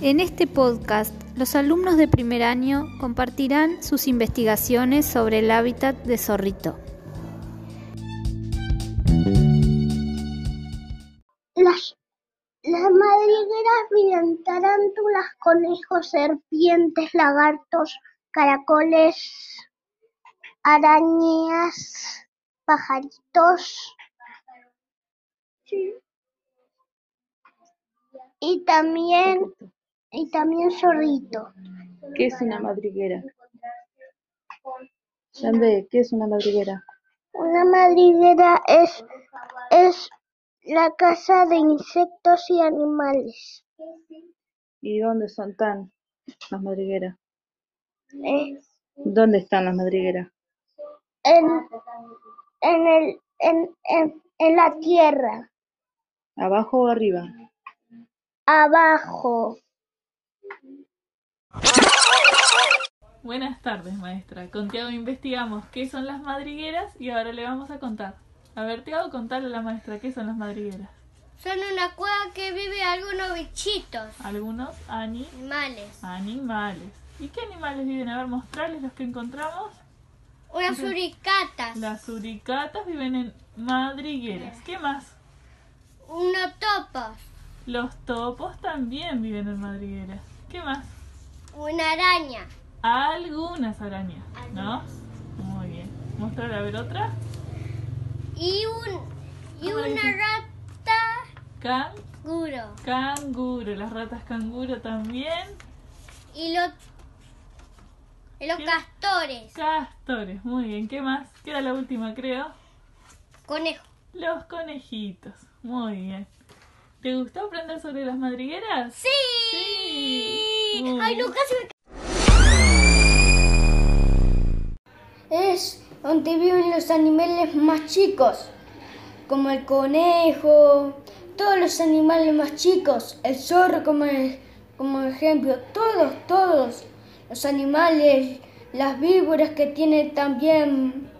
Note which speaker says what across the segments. Speaker 1: En este podcast, los alumnos de primer año compartirán sus investigaciones sobre el hábitat de zorrito.
Speaker 2: Las, las madrigueras viven tarántulas, conejos, serpientes, lagartos, caracoles, arañas, pajaritos. Y también, y también zorrito.
Speaker 3: ¿Qué es una madriguera? Yandé, ¿qué es una madriguera?
Speaker 2: Una madriguera es, es la casa de insectos y animales.
Speaker 3: ¿Y dónde son tan las madrigueras?
Speaker 2: Eh,
Speaker 3: ¿Dónde están las madrigueras?
Speaker 2: en, en, el, en, en, en la tierra,
Speaker 3: ¿Abajo o arriba?
Speaker 2: abajo.
Speaker 4: Buenas tardes, maestra. Con Tiago investigamos qué son las madrigueras y ahora le vamos a contar. A ver, Tiago, contarle a la maestra qué son las madrigueras.
Speaker 5: Son una cueva que vive algunos bichitos,
Speaker 4: Algunos ani-
Speaker 5: animales.
Speaker 4: animales. ¿Y qué animales viven? A ver, mostrarles los que encontramos.
Speaker 5: Unas suricatas,
Speaker 4: Las suricatas viven en madrigueras. ¿Qué más?
Speaker 5: unos topos,
Speaker 4: Los topos también viven en madrigueras. ¿Qué más?
Speaker 5: una araña,
Speaker 4: Algunas arañas, ¿no? Muy bien. Mostrar a ver otra.
Speaker 5: y, un, y
Speaker 4: ¿Cómo le
Speaker 5: una
Speaker 4: dicen?
Speaker 5: rata
Speaker 4: Can
Speaker 5: guro.
Speaker 4: canguro. Las ratas canguro también.
Speaker 5: Y los, y los
Speaker 4: ¿Qué?
Speaker 5: castores,
Speaker 4: Castores, muy bien. ¿Qué más? Queda la última, creo.
Speaker 5: conejos.
Speaker 4: Los conejitos. Muy bien. ¿Te gustó aprender sobre las madrigueras?
Speaker 5: ¡Sí!
Speaker 4: Sí.
Speaker 5: ¡Ay,
Speaker 4: Muy
Speaker 5: no, casi me Es donde viven los animales más chicos, como el conejo, todos los animales más chicos, el zorro como, e- como ejemplo, todos, todos los animales, las víboras que tienen también,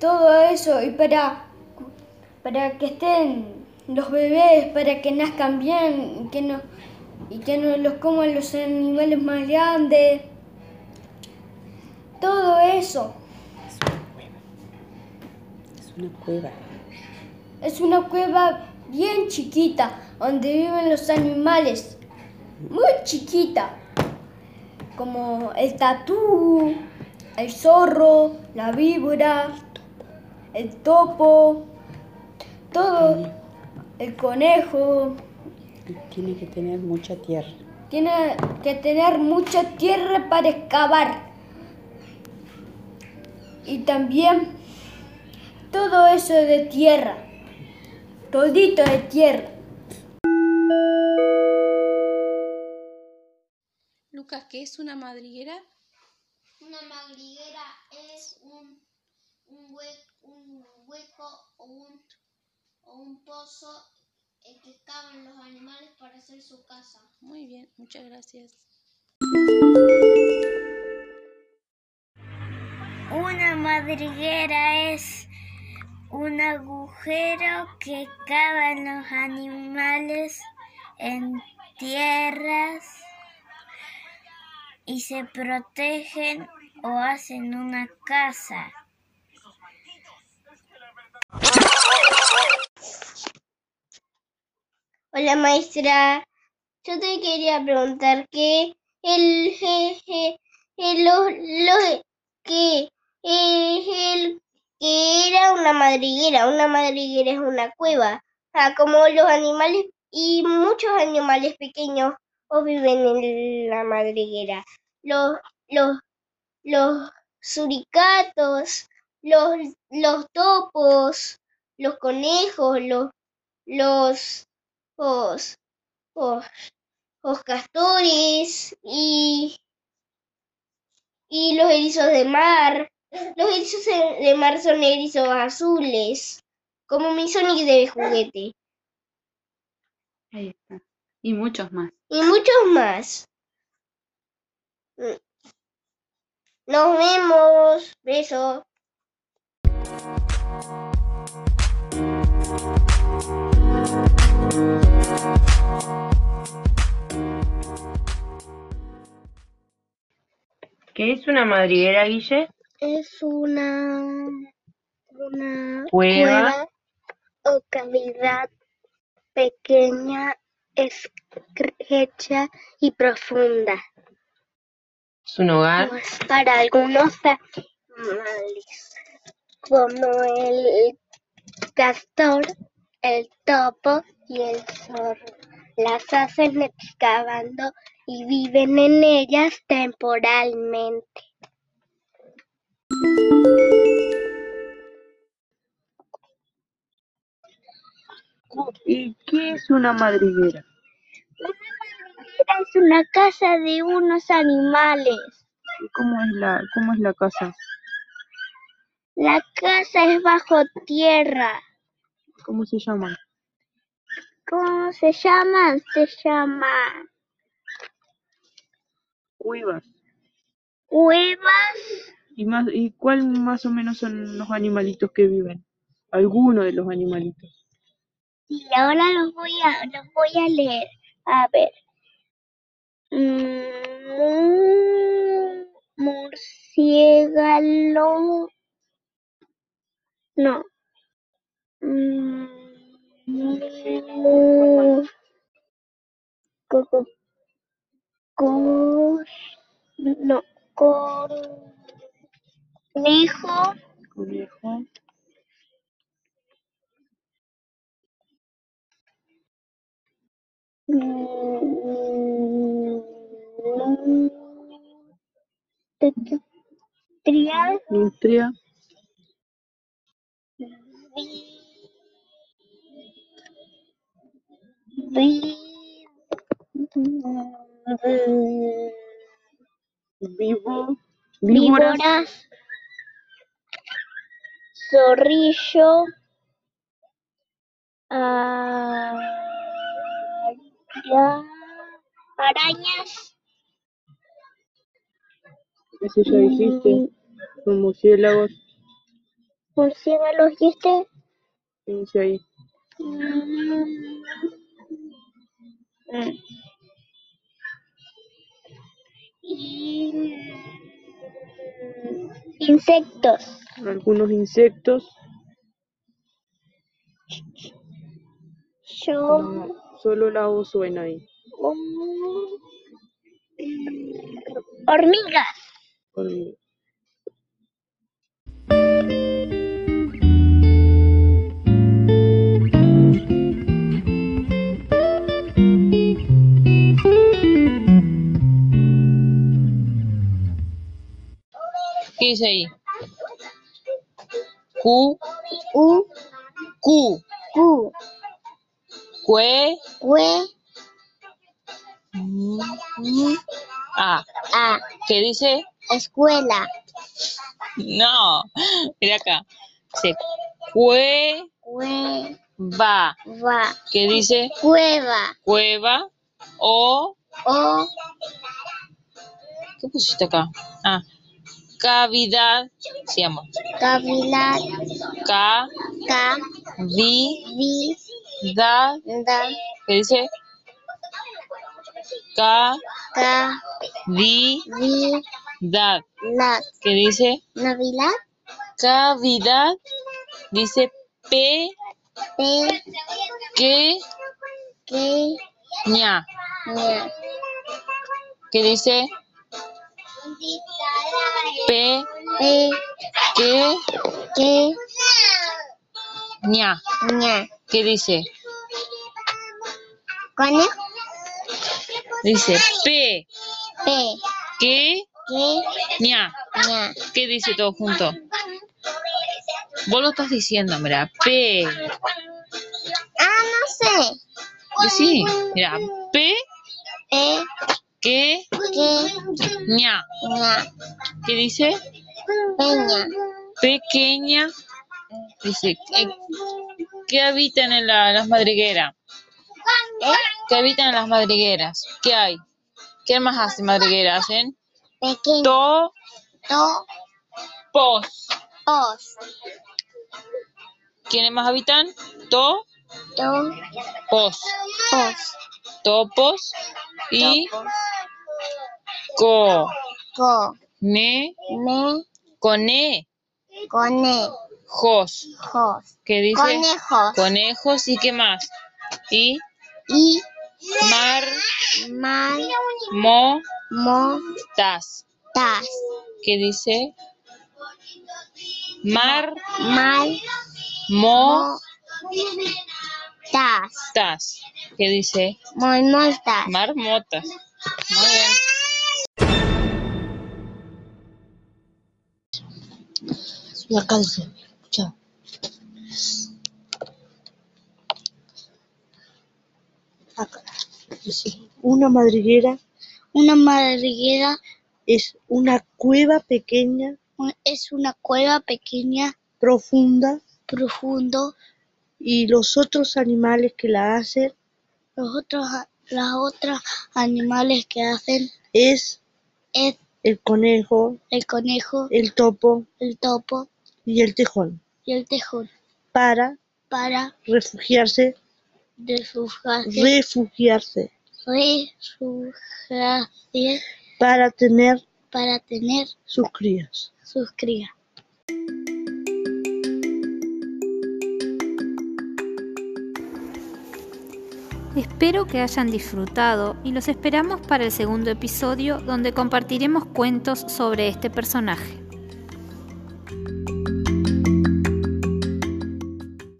Speaker 5: todo eso, y para, para que estén los bebés, para que nazcan bien, y que no, y que no los coman los animales más grandes, todo eso.
Speaker 6: Es una cueva.
Speaker 5: Es una cueva bien chiquita donde viven los animales. Muy chiquita. Como el tatú, el zorro, la víbora, el topo, todo. El conejo.
Speaker 6: y Tiene que tener mucha tierra.
Speaker 5: Tiene que tener mucha tierra para excavar. Y también todo eso de tierra. Todito de tierra.
Speaker 7: Lucas, ¿qué es una madriguera?
Speaker 8: Una madriguera es un, un, hue- un hueco o un, o un pozo eh, que cavan los animales para hacer su casa.
Speaker 7: Muy bien, muchas gracias.
Speaker 2: Una madriguera es un agujero que cavan los animales en tierras y se protegen o hacen una casa.
Speaker 8: Hola maestra, yo te quería preguntar que el, jeje, el- lo- lo- que eh, el- que era una madriguera, una madriguera es una cueva, Ah, como los animales y muchos animales pequeños o viven en la madriguera, los los los suricatos, los los topos, los conejos, los los los, los, los castores y, y los erizos de mar. Los erizos de de mar son erizos azules, como mi Sonic de juguete.
Speaker 6: Ahí está. Y muchos más.
Speaker 8: Y muchos más. Mm. Nos vemos. Besos.
Speaker 9: ¿Qué es una madriguera, Guille?
Speaker 2: Es una, una
Speaker 9: Cueva.
Speaker 2: cueva o cavidad pequeña, estrecha y profunda.
Speaker 9: Es un hogar.
Speaker 2: No es para algunos animales, como el castor, el topo y el zorro. Las hacen excavando y viven en ellas temporalmente.
Speaker 6: ¿Y qué es una madriguera?
Speaker 2: Es una casa de unos animales.
Speaker 6: ¿Y ¿Cómo es la, cómo es la casa?
Speaker 2: La casa es bajo tierra.
Speaker 6: ¿Cómo se llama?
Speaker 2: ¿Cómo se llaman? Se llama
Speaker 6: Cuevas.
Speaker 2: cuevas.
Speaker 6: ¿Y, más, ¿Y cuál más o menos son los animalitos que viven? Alguno de los animalitos.
Speaker 2: Y ahora los voy a, los voy a leer. A ver. Mm, Murciélago. No. Mm, mu- coco- cor- No. Conejo.
Speaker 6: Conejo.
Speaker 2: Mm, te- te- tria-
Speaker 6: Nutria.
Speaker 2: vi- mm,
Speaker 6: Vivo. Víboras.
Speaker 2: Víboras. Zorrillo. Ah. ara- Arañas.
Speaker 6: Eso ya dijiste. Los murciélagos.
Speaker 2: Murciélagos, ¿y este?
Speaker 6: Dice ahí.
Speaker 2: Mm. Y- Insectos.
Speaker 6: Algunos insectos.
Speaker 2: Yo.
Speaker 6: No, Ah, solo la O suena ahí.
Speaker 2: Mm. Hormigas.
Speaker 6: Hormiga.
Speaker 10: ¿Qué dice ahí? Cu,
Speaker 2: U.
Speaker 10: cu,
Speaker 2: Cu.
Speaker 10: cue,
Speaker 2: Cue.
Speaker 10: mm, mm, ah.
Speaker 2: A.
Speaker 10: ¿Qué dice?
Speaker 2: Escuela.
Speaker 10: No, mira acá. Dice cueva.
Speaker 2: Cue. Va.
Speaker 10: ¿Qué dice?
Speaker 2: Cueva.
Speaker 10: Cueva o
Speaker 2: O.
Speaker 10: ¿qué pusiste acá? Ah, cavidad. Sí, amor.
Speaker 2: Cavilar.
Speaker 10: Cavidad.
Speaker 2: Cavidad.
Speaker 10: ¿Qué dice? Cavidad.
Speaker 2: Cavilar.
Speaker 10: ¿Qué dice?
Speaker 2: Navidad.
Speaker 10: cavidad dice pequeña.
Speaker 2: Pe. Que. ña.
Speaker 10: Que dice
Speaker 2: Pe.
Speaker 10: pequeña.
Speaker 2: Que. ña.
Speaker 10: ¿Qué dice?
Speaker 2: Conejo.
Speaker 10: Dice
Speaker 2: Pe.
Speaker 10: pequeña.
Speaker 2: Que. ña.
Speaker 10: ¿Qué dice todo junto? Vos lo estás diciendo, mira, P.
Speaker 2: Ah, no sé.
Speaker 10: Sí, mira, P,
Speaker 2: Pe.
Speaker 10: que,
Speaker 2: Que.
Speaker 10: ña.
Speaker 2: ña.
Speaker 10: ¿Qué dice?
Speaker 2: Peña.
Speaker 10: Pequeña. Dice, eh, ¿qué habitan en la- las madrigueras?
Speaker 2: eh,
Speaker 10: que habitan en las madrigueras. ¿Qué hay? ¿Qué más hacen madrigueras? eh? Hacen
Speaker 2: Pequeño.
Speaker 10: topos.
Speaker 2: Os.
Speaker 10: ¿Quiénes más habitan? Topos.
Speaker 2: Do. Os.
Speaker 10: Topos y
Speaker 2: Topos.
Speaker 10: co.
Speaker 2: Co.
Speaker 10: ne,
Speaker 11: me,
Speaker 10: con e,
Speaker 11: cone,
Speaker 10: jos,
Speaker 11: jos,
Speaker 10: que dice
Speaker 11: Conejos.
Speaker 10: conejos y qué más, y
Speaker 11: y,
Speaker 10: mar,
Speaker 11: mal,
Speaker 10: mo,
Speaker 11: mo,
Speaker 10: tas,
Speaker 11: tas,
Speaker 10: que dice mar,
Speaker 11: mal,
Speaker 10: mo,
Speaker 11: tas,
Speaker 10: tas, que dice
Speaker 11: molmoltas.
Speaker 10: marmotas. Muy bien.
Speaker 3: Y acá dice, escucha. Acá dice, una madriguera
Speaker 2: Una madriguera
Speaker 3: es una cueva pequeña,
Speaker 2: un- es una cueva pequeña,
Speaker 3: profunda,
Speaker 2: profundo.
Speaker 3: y los otros animales que la hacen
Speaker 2: Los otros, a- las otras animales que hacen
Speaker 3: es
Speaker 2: es
Speaker 3: el conejo,
Speaker 2: el conejo,
Speaker 3: el topo
Speaker 2: el topo
Speaker 3: y el tejón,
Speaker 2: y el tejón
Speaker 3: para
Speaker 2: para
Speaker 3: refugiarse,
Speaker 2: refugiarse,
Speaker 3: refugiarse,
Speaker 2: refugiarse
Speaker 3: para tener
Speaker 2: para tener
Speaker 3: sus crías.
Speaker 2: sus crías.
Speaker 1: Espero que hayan disfrutado y los esperamos para el segundo episodio donde compartiremos cuentos sobre este personaje.